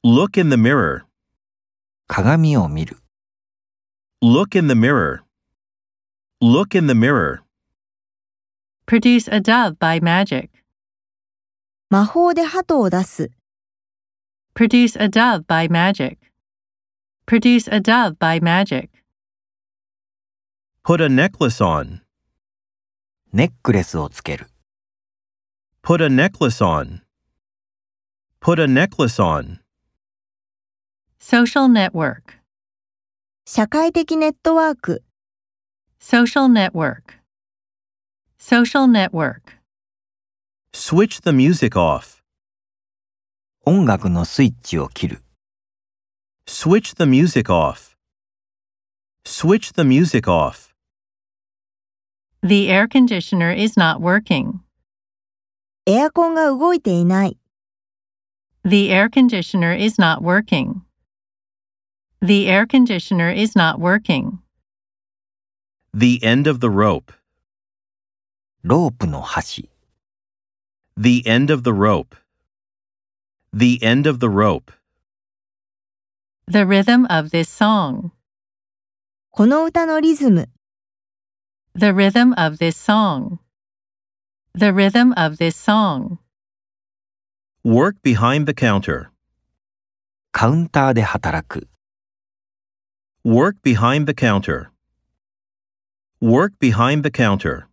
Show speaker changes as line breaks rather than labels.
Look in the mirror.
鏡を見る、
Look in the mirror. Look in the mirror.
Produce a dove by magic.
魔法で鳩を出す。
Produce a dove by magic. Produce a dove by magic.
Put a necklace on.
ネックレスをつける、
Put a necklace on. Put a necklace on.
Social network.
社会的ネットワーク。
Social network. Social network.
Switch the music off.
音楽のスイッチを切る、
Switch the music off. Switch the music off.
The air conditioner is not working.
エアコンが動いていない。
The air conditioner is not working. The air conditioner is not working.
The end of the rope.
ロープの端、
The end of the rope. The end of the rope.
The rhythm of this song.
この歌のリズム。
The rhythm of this song. The rhythm of this song.
Work behind the counter.
カウンターで働く、
Work behind the counter. Work behind the counter.